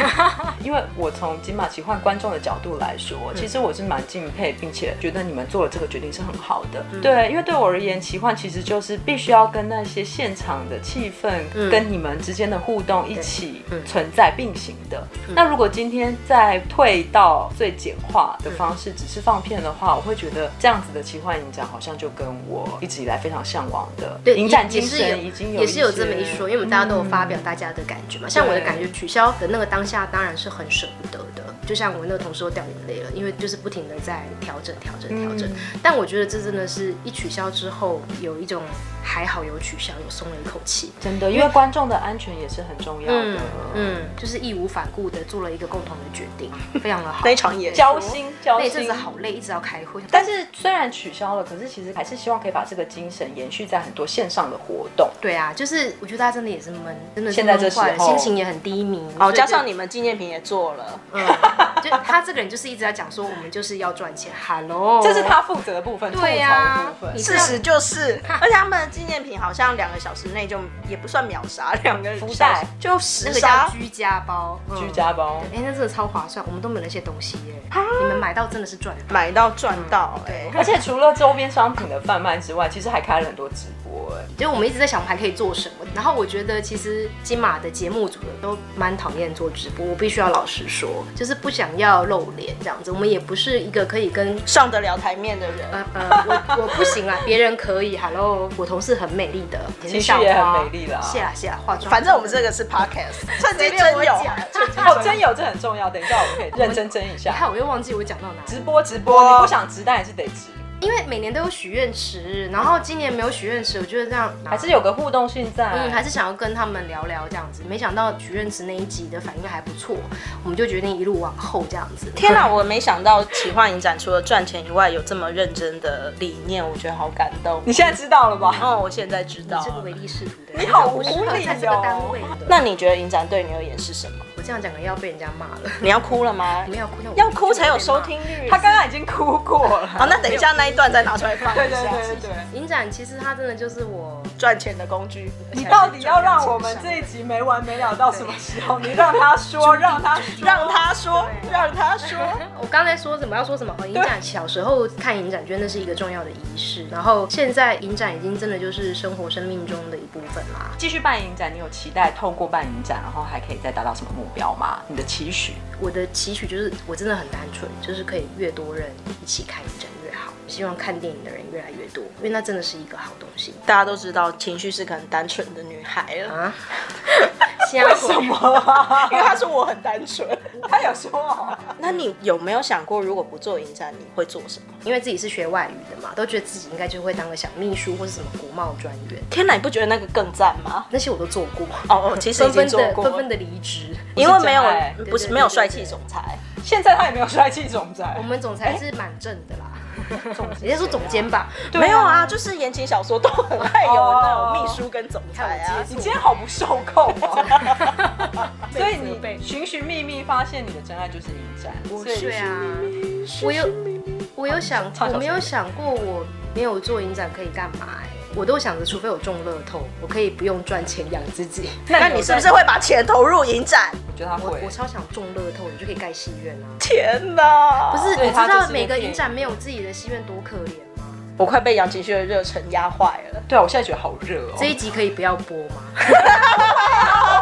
[SPEAKER 3] 因为我从金马奇幻观众的角度来说，
[SPEAKER 2] 嗯
[SPEAKER 3] 其实我是蛮敬佩，并且觉得你们做了这个决定是很好的。
[SPEAKER 2] 嗯
[SPEAKER 3] 对，因为对我而言，奇幻其实就是必须要跟那些现场的气氛、
[SPEAKER 2] 嗯
[SPEAKER 3] 跟你们之间的互动一起存在并行的。
[SPEAKER 2] 嗯
[SPEAKER 3] 那如果今天再退到最简化的方式，只是放片的话，我会觉得这样子的奇幻影展好像就跟我一直以来非常向往的
[SPEAKER 2] 对，
[SPEAKER 3] 影展
[SPEAKER 2] 也
[SPEAKER 3] 精
[SPEAKER 2] 也是有
[SPEAKER 3] 神已经有
[SPEAKER 2] 也是有这么
[SPEAKER 3] 些嗯
[SPEAKER 2] 一说，因为我们大家都有发表大家的感觉嘛。像我的感觉，取消的那个当下当然是很舍不得的，就像我那个同事都掉眼泪了，因为就是不停的在调整、调整、调
[SPEAKER 3] 嗯
[SPEAKER 2] 整。但我觉得这真的是一取消之后，有一种还好有取消，有松了一口气。
[SPEAKER 3] 真的，因为观众的安全也是很重要的。
[SPEAKER 2] 嗯嗯，就是义无反顾的做了一个共同的决定，非常的 好。
[SPEAKER 4] 那一场演哦出
[SPEAKER 3] 交心交
[SPEAKER 2] 那一
[SPEAKER 3] 心，
[SPEAKER 2] 阵子好累，一直要开会。
[SPEAKER 3] 但是虽然取消了，可是其实还是希望可以把这个精神延续在很多线上的活动。
[SPEAKER 2] 对啊，就是我觉得大家真的也是闷，真的是
[SPEAKER 3] 现在这
[SPEAKER 2] 闷坏了
[SPEAKER 3] 时候
[SPEAKER 2] 心情也很低迷。所
[SPEAKER 4] 哦，
[SPEAKER 2] 以
[SPEAKER 4] 加
[SPEAKER 2] 就
[SPEAKER 4] 上你们纪念品也做了，
[SPEAKER 2] 嗯，就他这个人就是一直在讲说，我们就是要赚钱，Hello，
[SPEAKER 3] 这是他负责的部分，
[SPEAKER 2] 对
[SPEAKER 3] 呀、
[SPEAKER 2] 呀
[SPEAKER 3] 部分
[SPEAKER 2] 你
[SPEAKER 4] 事实就是，啊而且他们的纪念品好像两个小时内就也不算秒杀，两个
[SPEAKER 3] 福
[SPEAKER 4] 小时
[SPEAKER 3] 袋
[SPEAKER 4] 就
[SPEAKER 2] 那
[SPEAKER 4] 十
[SPEAKER 2] 个叫
[SPEAKER 4] 杀。
[SPEAKER 2] 居家包，嗯
[SPEAKER 3] 居家包
[SPEAKER 2] 对，哎、那真的超划算，我们都没有那些东西耶，你们买到真的是赚到。
[SPEAKER 4] 买到赚到哎、
[SPEAKER 2] 对
[SPEAKER 3] 而且除了周边商品的贩卖之外，其实还开了很多直播、哎，
[SPEAKER 2] 就我们一直在想我们还可以做什么，然后我觉得其实金马的节目组的都蛮讨厌做直播，我必须要老实说，就是不想要露脸这样子，我们也不是一个可以跟
[SPEAKER 4] 上得了台面的人，
[SPEAKER 2] 呃呃，我 我不行啊，别人可以，Hello，我同事很美丽的，也是
[SPEAKER 3] 情绪
[SPEAKER 2] 校
[SPEAKER 3] 也很
[SPEAKER 2] 花
[SPEAKER 3] 美丽啦
[SPEAKER 2] 谢啦啊谢啦，化妆，
[SPEAKER 4] 反正我们这个是 podcast，趁
[SPEAKER 2] 嗯
[SPEAKER 4] 机
[SPEAKER 2] 随便
[SPEAKER 4] 真
[SPEAKER 2] 我
[SPEAKER 4] 有
[SPEAKER 2] 讲。
[SPEAKER 3] 哦，真有这很重要，等一下我们可以认真争一
[SPEAKER 2] 你看
[SPEAKER 3] 下。
[SPEAKER 2] 我又忘记我讲到哪里
[SPEAKER 3] 直播直播，你不想直但还是得直，
[SPEAKER 2] 因为每年都有许愿池，然后今年没有许愿池，我觉得这样
[SPEAKER 3] 还是有啊个互动性在。
[SPEAKER 2] 嗯，还是想要跟他们聊聊这样子。没想到许愿池那一集的反应还不错，我们就决定一路往后这样子。
[SPEAKER 4] 天哪、我没想到奇幻影展除了赚钱以外，有这么认真的理念，我觉得好感动。
[SPEAKER 3] 你现在知道了吧？
[SPEAKER 4] 哦，我现在知道
[SPEAKER 2] 这个
[SPEAKER 4] 了。
[SPEAKER 2] 唯利是图的人，
[SPEAKER 3] 你好
[SPEAKER 2] 我不适合
[SPEAKER 3] 无理
[SPEAKER 2] 在这个
[SPEAKER 3] 哦
[SPEAKER 2] 单位的。
[SPEAKER 4] 那你觉得影展对你而言是什么？
[SPEAKER 2] 我这样讲可能要被人家骂了，
[SPEAKER 4] 你要哭了吗？
[SPEAKER 2] 没有哭，那我
[SPEAKER 4] 要哭才有收听。率。
[SPEAKER 3] 他刚刚已经哭过了。 啊
[SPEAKER 4] 好，那等一下那一段再拿出来放一下。
[SPEAKER 3] 对对对对对。
[SPEAKER 2] 影展其实它真的就是我
[SPEAKER 4] 赚钱的工具。
[SPEAKER 3] 你到底要让我们这一集没完没了到什么时候？你让他说，让他说，
[SPEAKER 4] 让他 说，让他说。
[SPEAKER 2] 我刚才说什么要说什么？哦，影展小时候看影展，觉得那是一个重要的仪式。然后现在影展已经真的就是生活生命中的一部分啦。
[SPEAKER 3] 继续办影展。你有期待透过办影展，然后还可以再达到什么目标吗？你的期许？
[SPEAKER 2] 我的期许就是，我真的很单纯，就是可以越多人一起看影展越好。希望看电影的人越来越多，因为那真的是一个好东西
[SPEAKER 4] 大家都知道，情绪是个很单纯的女孩 了，
[SPEAKER 2] 啊！为
[SPEAKER 3] 什？么啊？
[SPEAKER 4] 因为她说我很单纯。
[SPEAKER 3] 他有说哦，
[SPEAKER 4] 那你有没有想过，如果不做影展，你会做什么？
[SPEAKER 2] 因为自己是学外语的嘛，都觉得自己应该就会当个小秘书或是什么国贸专员，
[SPEAKER 4] 天哪，你不觉得那个更赞吗？
[SPEAKER 2] 那些我都做过，
[SPEAKER 4] 哦哦，其实已
[SPEAKER 2] 纷
[SPEAKER 4] 经
[SPEAKER 2] 纷
[SPEAKER 4] 做
[SPEAKER 2] 的
[SPEAKER 4] 过，
[SPEAKER 2] 纷纷的离职。
[SPEAKER 4] 因为没
[SPEAKER 3] 不是真爱
[SPEAKER 4] 有不
[SPEAKER 2] 对对
[SPEAKER 4] 是
[SPEAKER 2] 对
[SPEAKER 4] 没有帅气总裁，
[SPEAKER 3] 现在他也没有帅气总裁
[SPEAKER 2] 我。们总裁是蛮正的啦， 总人家说总监吧，
[SPEAKER 4] 没有啊，哦就是言情小说都很爱有那种秘书跟总裁
[SPEAKER 2] 还有
[SPEAKER 4] 啊
[SPEAKER 2] 接。
[SPEAKER 3] 哎你今天好不受控哦。 所以
[SPEAKER 2] 被
[SPEAKER 3] 你寻寻觅觅发现你的真爱就是影展。所以
[SPEAKER 2] 对啊，我有我有想，
[SPEAKER 3] 唱小
[SPEAKER 2] 我没有
[SPEAKER 3] 声
[SPEAKER 2] 想过我没有做影展可以干嘛、欸，我都想着，除非我中乐透，我可以不用赚钱养自己。
[SPEAKER 4] 那你是不是会把钱投入影展？
[SPEAKER 3] 我觉得他
[SPEAKER 2] 我
[SPEAKER 3] 会
[SPEAKER 2] 我？超想中乐透，你就可以盖戏院啊！
[SPEAKER 4] 天哪！
[SPEAKER 2] 不是，
[SPEAKER 3] 所以
[SPEAKER 2] 你知
[SPEAKER 3] 它哦就
[SPEAKER 2] 道
[SPEAKER 3] 是一个
[SPEAKER 2] 每个
[SPEAKER 3] 电影
[SPEAKER 2] 影展没有自己的戏院多可怜吗？
[SPEAKER 4] 我快被杨景轩的热忱压坏了。
[SPEAKER 3] 对啊，我现在觉得好热哦。
[SPEAKER 2] 这一集可以 不要播吗？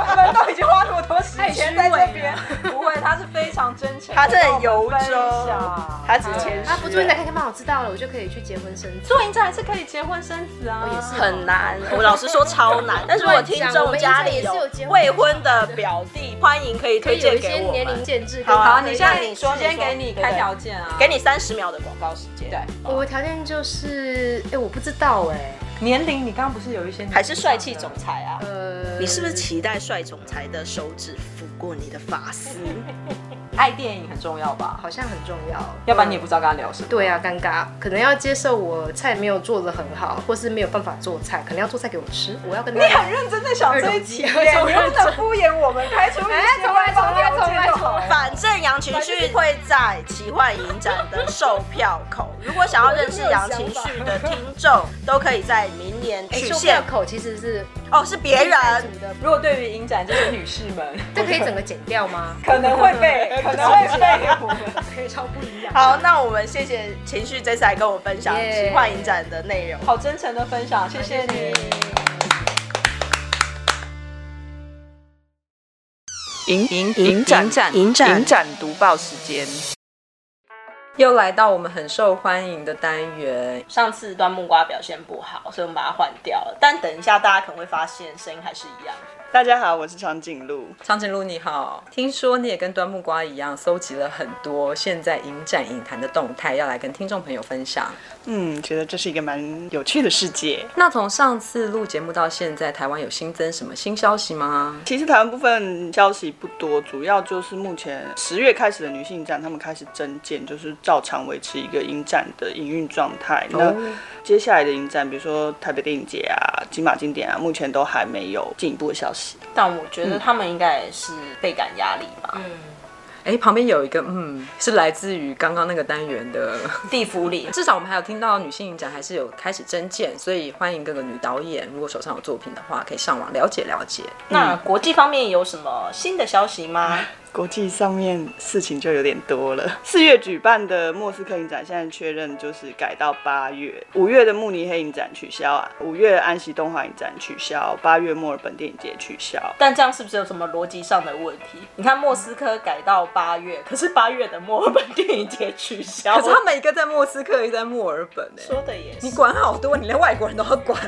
[SPEAKER 3] 我们都已经花那么多时间在这边，不会，他是非常真诚，
[SPEAKER 4] 他真的由衷他只谦
[SPEAKER 3] 前
[SPEAKER 4] 虚
[SPEAKER 2] 啊，不错，你打开看吧，我知道了，我就可以去结婚生子。
[SPEAKER 3] 做影展还是可以结婚生子啊，
[SPEAKER 2] 哦也是
[SPEAKER 4] 很难，我老实说超难。但是如果听众家里有未婚的表弟，欢迎可以
[SPEAKER 2] 可
[SPEAKER 4] 推
[SPEAKER 2] 以有
[SPEAKER 4] 荐
[SPEAKER 2] 一些
[SPEAKER 4] 给我
[SPEAKER 2] 年龄
[SPEAKER 4] 们。
[SPEAKER 2] 限制。
[SPEAKER 4] 好啊
[SPEAKER 3] 好，
[SPEAKER 2] 跟
[SPEAKER 3] 你
[SPEAKER 2] 对
[SPEAKER 3] 现在
[SPEAKER 2] 那
[SPEAKER 4] 你
[SPEAKER 3] 时
[SPEAKER 4] 说
[SPEAKER 3] 间
[SPEAKER 4] 你说
[SPEAKER 3] 给你
[SPEAKER 4] 对
[SPEAKER 3] 开
[SPEAKER 4] 对
[SPEAKER 3] 条件啊，
[SPEAKER 4] 给你三十秒的广告时间，
[SPEAKER 3] 对
[SPEAKER 2] 我的条件就是，哎，我不知道哎，
[SPEAKER 3] 年龄，你刚刚不是有一些
[SPEAKER 4] 还是帅气总裁啊？
[SPEAKER 2] 呃，
[SPEAKER 4] 你是不是期待帅总裁的手指抚过你的发丝？
[SPEAKER 3] 爱电影很重要吧？
[SPEAKER 2] 好像很重要？
[SPEAKER 3] 要不然你也不知道跟他聊什么。
[SPEAKER 2] 对啊，尴尬，可能要接受我菜没有做的很好，或是没有办法做菜，可能要做菜给我吃。我要跟他
[SPEAKER 3] 你很认真在想这一集，你
[SPEAKER 2] 二
[SPEAKER 3] 不
[SPEAKER 2] 手机
[SPEAKER 3] 能敷衍我们，开除你。
[SPEAKER 2] 哎重来重来重来重
[SPEAKER 3] 哦
[SPEAKER 2] 来
[SPEAKER 4] 反正杨晴旭会在奇幻影展的售票口，如果想要认识杨晴旭的听众，都可以在明年
[SPEAKER 2] 哎，
[SPEAKER 4] 去
[SPEAKER 2] 售票
[SPEAKER 4] 现
[SPEAKER 2] 口其实是
[SPEAKER 4] 哦，是别人。
[SPEAKER 2] 组的，
[SPEAKER 3] 如果对于影展这些女士们，
[SPEAKER 2] 这可以整个剪掉 吗？
[SPEAKER 3] 可能会被， 可能会被我们。
[SPEAKER 2] 可以超不一样。
[SPEAKER 4] 好，那我们谢谢情绪这次来跟我分享
[SPEAKER 2] 耶
[SPEAKER 4] 奇幻影展的内容。
[SPEAKER 3] 好真诚的分享，谢谢你。
[SPEAKER 1] 影影
[SPEAKER 4] 影展影展
[SPEAKER 1] 影展读报时间。
[SPEAKER 3] 又来到我们很受欢迎的单元，
[SPEAKER 4] 上次端木瓜表现不好，所以我们把它换掉了。但等一下大家可能会发现声音还是一样。
[SPEAKER 5] 大家好，我是长颈鹿。
[SPEAKER 3] 长颈鹿你好，听说你也跟端木瓜一样，搜集了很多现在影展影坛的动态，要来跟听众朋友分享。
[SPEAKER 5] 嗯，觉得这是一个蛮有趣的世界。
[SPEAKER 3] 那从上次录节目到现在，台湾有新增什么新消息吗？
[SPEAKER 5] 其实台湾部分消息不多，主要就是目前十月开始的女性展，他们开始增建，就是照常维持一个影展的营运状态。那接下来的影展，比如说台北电影节啊、金马经典啊，目前都还没有进一步的消息。
[SPEAKER 4] 但我觉得他们应该也是倍感压力吧。
[SPEAKER 3] 哎，旁边有一个，嗯，是来自于刚刚那个单元的。
[SPEAKER 4] 地府里
[SPEAKER 3] 至少我们还有听到女性影展还是有开始增建，所以欢迎各个女导演，如果手上有作品的话，可以上网了解了解。
[SPEAKER 4] 那国际方面有什么新的消息吗？
[SPEAKER 3] 嗯
[SPEAKER 5] 国际上面事情就有点多了。 四月举办的莫斯科影展现在确认就是改到八月，五月的慕尼黑影展取消啊，五月安息动画影展取消，八月墨尔本电影节取消。
[SPEAKER 4] 但这样是不是有什么逻辑上的问题？你看莫斯科改到八月，可是八月的墨尔本电影节取消。
[SPEAKER 3] 可是他们一个在莫斯科，一个在墨尔本、欸，
[SPEAKER 4] 说的也是
[SPEAKER 3] 你，管好多，你连外国人都要管。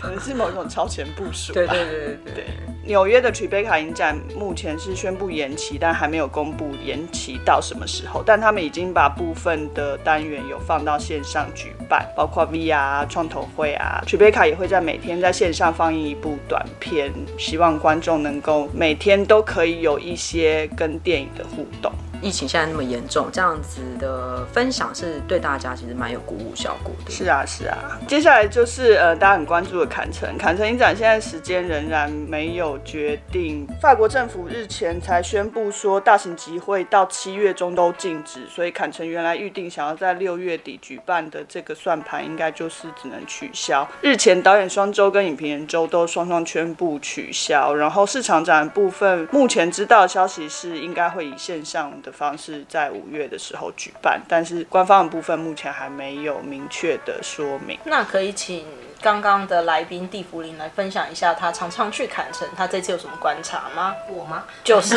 [SPEAKER 5] 可能是某种超前部署吧。
[SPEAKER 3] 对对对对对
[SPEAKER 5] 对。纽约的曲贝卡影展目前是宣布延期，但还没有公布延期到什么时候。但他们已经把部分的单元有放到线上举办，包括 VR 创投会啊，曲贝卡也会在每天在线上放映一部短片，希望观众能够每天都可以有一些跟电影的互动。
[SPEAKER 3] 疫情现在那么严重，这样子的分享是对大家其实蛮有鼓舞效果的。
[SPEAKER 5] 是啊，是啊。接下来就是呃，大家很关注的坎城，坎城影展现在时间仍然没有决定。法国政府日前才宣布说，大型集会到七月中都禁止，所以坎城原来预定想要在六月底举办的这个算盘，应该就是只能取消。日前导演双周跟影评人周都双双宣布取消，然后市场展部分目前知道的消息是，应该会以线上的方式在五月的时候举办，但是官方的部分目前还没有明确的说明。
[SPEAKER 4] 那可以请刚刚的来宾地福林来分享一下，他常常去坎城，他这次有什么观察吗？
[SPEAKER 2] 我吗？
[SPEAKER 4] 就是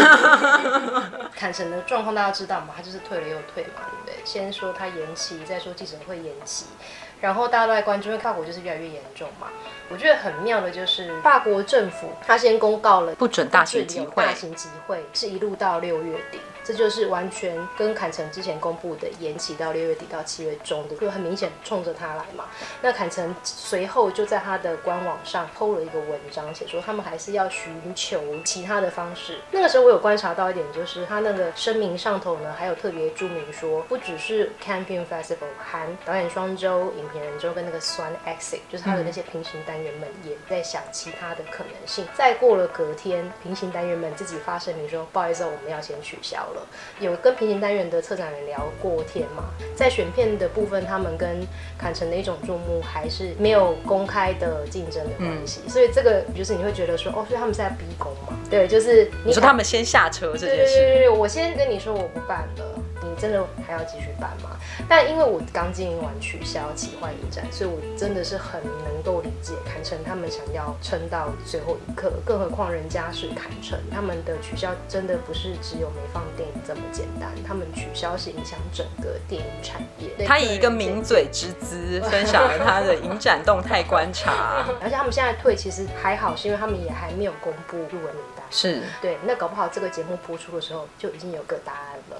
[SPEAKER 2] 坎城的状况大家知道嘛，他就是退了又退嘛，对不对？先说他延期，再说记者会延期，然后大家都在关注，因为法国就是越来越严重嘛。我觉得很妙的就是法国政府他先公告了
[SPEAKER 3] 不准大型集
[SPEAKER 2] 有
[SPEAKER 3] 会
[SPEAKER 2] 大型集会是一路到六月底。这就是完全跟坎城之前公布的延期到六月底到七月中的，就很明显冲着他来嘛。那坎城随后就在他的官网上 PO 了一个文章，写说他们还是要寻求其他的方式。那个时候我有观察到一点，就是他那个声明上头呢，还有特别注明说，不只是 Campaign Festival 含导演双周、影评人周跟那个 Swan Exit，就是他的那些平行单元们也在想其他的可能性。再过了隔天，平行单元们自己发声明说，不好意思哦，我们要先取消了。有跟平行单元的策展人聊过天嘛，在选片的部分，他们跟坎城的一种注目还是没有公开的竞争的关
[SPEAKER 3] 嗯
[SPEAKER 2] 系，所以这个就是你会觉得说，哦，所以他们是在逼宫嘛？对，就是你
[SPEAKER 3] 你说他们先下车这
[SPEAKER 2] 对对
[SPEAKER 3] 件
[SPEAKER 2] 对
[SPEAKER 3] 事，
[SPEAKER 2] 对，对我先跟你说我不办了。你真的还要继续办吗？但因为我刚经营完取消奇幻影展，所以我真的是很能够理解坎城他们想要撑到最后一刻，更何况人家是坎城，他们的取消真的不是只有没放电影这么简单，他们取消是影响整个电影产业。
[SPEAKER 3] 他以一个
[SPEAKER 2] 名。
[SPEAKER 3] 名嘴之姿分享了他的影展动态观察，
[SPEAKER 2] 而且他们现在退其实还好，是因为他们也还没有公布入围名单。
[SPEAKER 3] 是
[SPEAKER 2] 对，那搞不好这个节目播出的时候就已经有个答案了。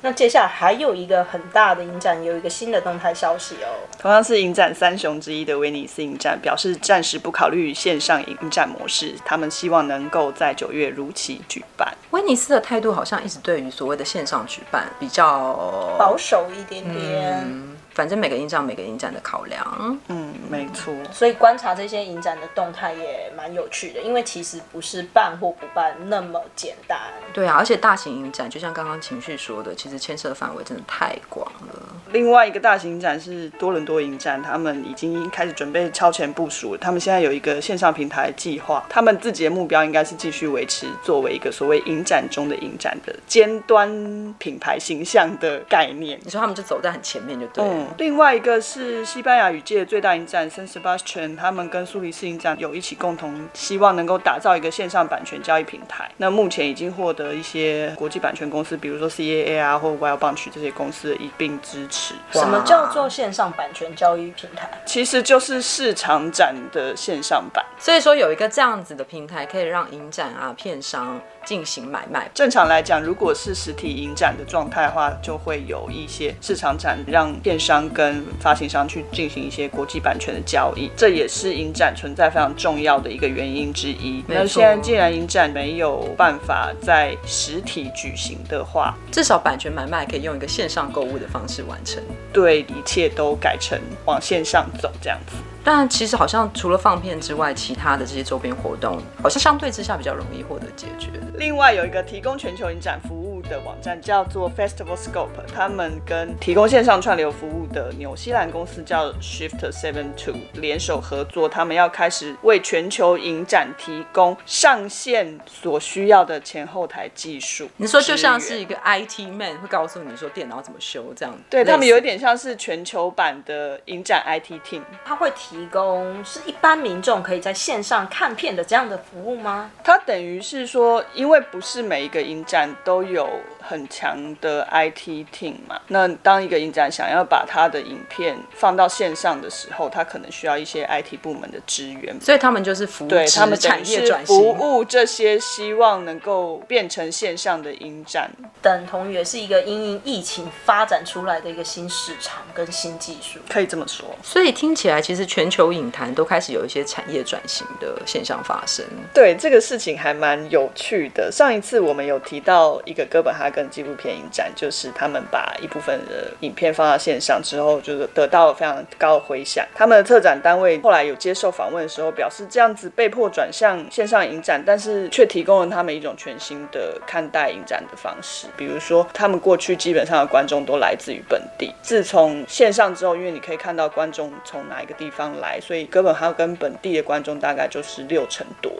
[SPEAKER 4] 那接下来还有一个很大的影展，有一个新的动态消息哦。
[SPEAKER 5] 同样是影展三雄之一的威尼斯影展表示，暂时不考虑线上影展模式，他们希望能够在九月如期举办。
[SPEAKER 3] 威尼斯的态度好像一直对于所谓的线上举办比较
[SPEAKER 4] 保守一点点。
[SPEAKER 3] 嗯，反正每个影展有每个影展的考量，
[SPEAKER 5] 嗯，没错。
[SPEAKER 4] 所以观察这些影展的动态也蛮有趣的，因为其实不是办或不办那么简单。
[SPEAKER 3] 对啊，而且大型影展就像刚刚情绪说的，其实牵涉范围真的太广了。
[SPEAKER 5] 另外一个大型展是多伦多影展，他们已经开始准备超前部署了。他们现在有一个线上平台计划，他们自己的目标应该是继续维持作为一个所谓影展中的影展的尖端品牌形象的概念。
[SPEAKER 3] 你说他们就走在很前面就对了。
[SPEAKER 5] 嗯，另外一个是西班牙语界最大影展 San Sebastian，他们跟苏黎世影展有一起共同希望能够打造一个线上版权交易平台。那目前已经获得一些国际版权公司，比如说 CAA 啊或 Wild Bunch 这些公司的一并支持。
[SPEAKER 4] 什么叫做线上版权交易平台？
[SPEAKER 5] 其实就是市场展的线上版。
[SPEAKER 3] 所以说有一个这样子的平台，可以让影展啊、片商进行买卖。
[SPEAKER 5] 正常来讲，如果是实体影展的状态的话，就会有一些市场展让电商跟发行商去进行一些国际版权的交易，这也是影展存在非常重要的一个原因之一。
[SPEAKER 3] 没错
[SPEAKER 5] 那现在既然影展没有办法在实体举行的话，
[SPEAKER 3] 至少版权买卖可以用一个线上购物的方式完成。
[SPEAKER 5] 对一切都改成往线上走这样子。
[SPEAKER 3] 但其实好像除了放片之外，其他的这些周边活动，好像相对之下比较容易获得解决。
[SPEAKER 5] 另外有一个提供全球影展服务的网站叫做 Festival Scope，他们跟提供线上串流服务的纽西兰公司叫 Shift Seven Two 联手合作，他们要开始为全球影展提供上线所需要的前后台技术。
[SPEAKER 3] 你说就像是一个 IT man 会告诉你说电脑怎么修这样，
[SPEAKER 5] 对
[SPEAKER 3] 类似
[SPEAKER 5] 他们有一点像是全球版的影展 IT team，
[SPEAKER 4] 它会提供是一般民众可以在线上看片的这样的服务吗？
[SPEAKER 5] 它等于是说，因为不是每一个影展都有很强的 IT team 嘛，那当一个影展想要把它的影片放到线上的时候，它可能需要一些 IT 部门的支援。
[SPEAKER 3] 所以他们就是服务
[SPEAKER 5] 对
[SPEAKER 3] 之
[SPEAKER 5] 他们
[SPEAKER 3] 产业转
[SPEAKER 5] 服
[SPEAKER 3] 型。
[SPEAKER 5] 务这些希望能够变成线上的影展，
[SPEAKER 4] 等同于也是一个因应疫情发展出来的一个新市场跟新技术。
[SPEAKER 5] 可以这么说。
[SPEAKER 3] 所以听起来，其实全球影坛都开始有一些产业转型的现象发生。
[SPEAKER 5] 对这个事情还蛮有趣的。上一次我们有提到一个哥本哈根纪录片影展，就是他们把一部分的影片放到线上之后，就是得到非常高的回响。他们的策展单位后来有接受访问的时候表示，这样子被迫转向线上影展，但是却提供了他们一种全新的看待影展的方式。比如说，他们过去基本上的观众都来自于本地，自从线上之后，因为你可以看到观众从哪一个地方来，所以哥本哈根本地的观众大概就是六成多。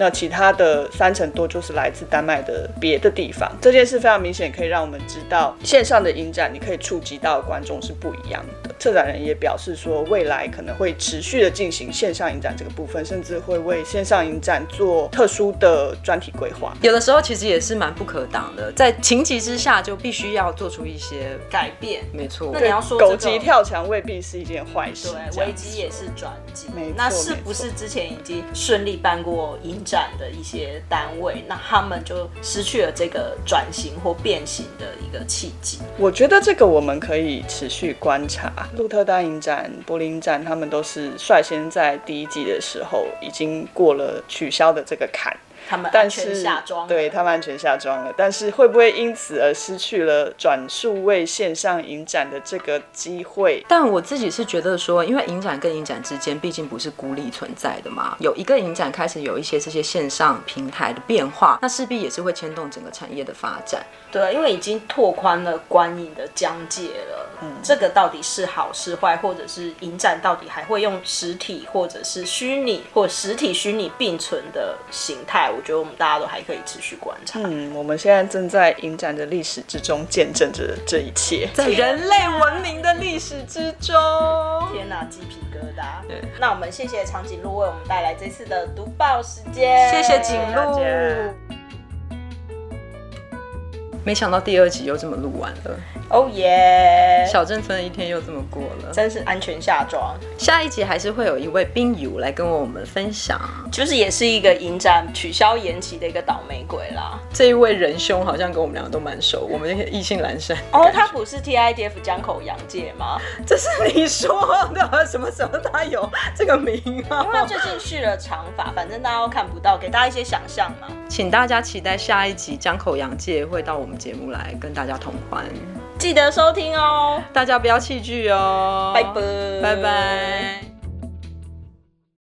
[SPEAKER 5] 那其他的三成多就是来自丹麦的别的地方。这件事非常明显，可以让我们知道线上的影展，你可以触及到的观众是不一样的。策展人也表示说，未来可能会持续的进行线上影展这个部分，甚至会为线上影展做特殊的专题规划。
[SPEAKER 3] 有的时候其实也是蛮不可挡的，在情急之下就必须要做出一些，
[SPEAKER 4] 改变。
[SPEAKER 3] 没错
[SPEAKER 4] 那。你要说、这
[SPEAKER 5] 狗
[SPEAKER 4] 个
[SPEAKER 5] 急跳墙未必是一件坏事，这
[SPEAKER 4] 对，
[SPEAKER 5] 样
[SPEAKER 4] 危机也是转机
[SPEAKER 5] 没错。
[SPEAKER 4] 那是不是之前已经顺利办过影展的一些单位，那他们就失去了这个转型或变形的一个契机？
[SPEAKER 5] 我觉得这个我们可以持续观察。鹿特丹影展、柏林影展，他们都是率先在第一季的时候已经过了取消的这个坎。
[SPEAKER 4] 他们安
[SPEAKER 5] 但
[SPEAKER 4] 全
[SPEAKER 5] 是
[SPEAKER 4] 下装，
[SPEAKER 5] 对他们安全下装了，但是会不会因此而失去了转数位线上影展的这个机会？
[SPEAKER 3] 但我自己是觉得说，因为影展跟影展之间毕竟不是孤立存在的嘛，有一个影展开始有一些这些线上平台的变化，那势必也是会牵动整个产业的发展。
[SPEAKER 4] 对，因为已经拓宽了观影的疆界了。
[SPEAKER 5] 嗯
[SPEAKER 4] 这个到底是好是坏，或者是影展到底还会用实体或者是虚拟或实体虚拟并存的形态，我觉得我们大家都还可以持续观察。
[SPEAKER 5] 嗯，我们现在正在影展的历史之中见证着这一切。
[SPEAKER 3] 在人类文明的历史之中，
[SPEAKER 4] 天哪，鸡皮疙瘩！那我们谢谢长颈鹿为我们带来这次的读报时间，
[SPEAKER 3] 谢谢景
[SPEAKER 5] 大
[SPEAKER 3] 路
[SPEAKER 5] 家。
[SPEAKER 3] 没想到第二集又这么录完了，
[SPEAKER 4] 哦耶！
[SPEAKER 3] 小镇村的一天又这么过了。
[SPEAKER 4] 真是安全下装，
[SPEAKER 3] 下一集还是会有一位冰友来跟我们分享，
[SPEAKER 4] 就是也是一个影展取消延期的一个倒霉鬼啦。
[SPEAKER 3] 这一位仁兄好像跟我们两个都蛮熟，我们意兴阑珊。
[SPEAKER 4] 哦，他不是 TIDF 江口洋介吗？
[SPEAKER 3] 这是你说的什么什么？他有这个名
[SPEAKER 4] 因为他
[SPEAKER 3] 啊？
[SPEAKER 4] 最近续了长发，反正大家都看不到，给大家一些想象嘛。
[SPEAKER 3] 请大家期待下一集江口洋介会到我们节目来跟大家同欢，
[SPEAKER 4] 记得收听哦，
[SPEAKER 3] 大家不要弃剧哦，
[SPEAKER 4] 拜拜，
[SPEAKER 3] 拜拜。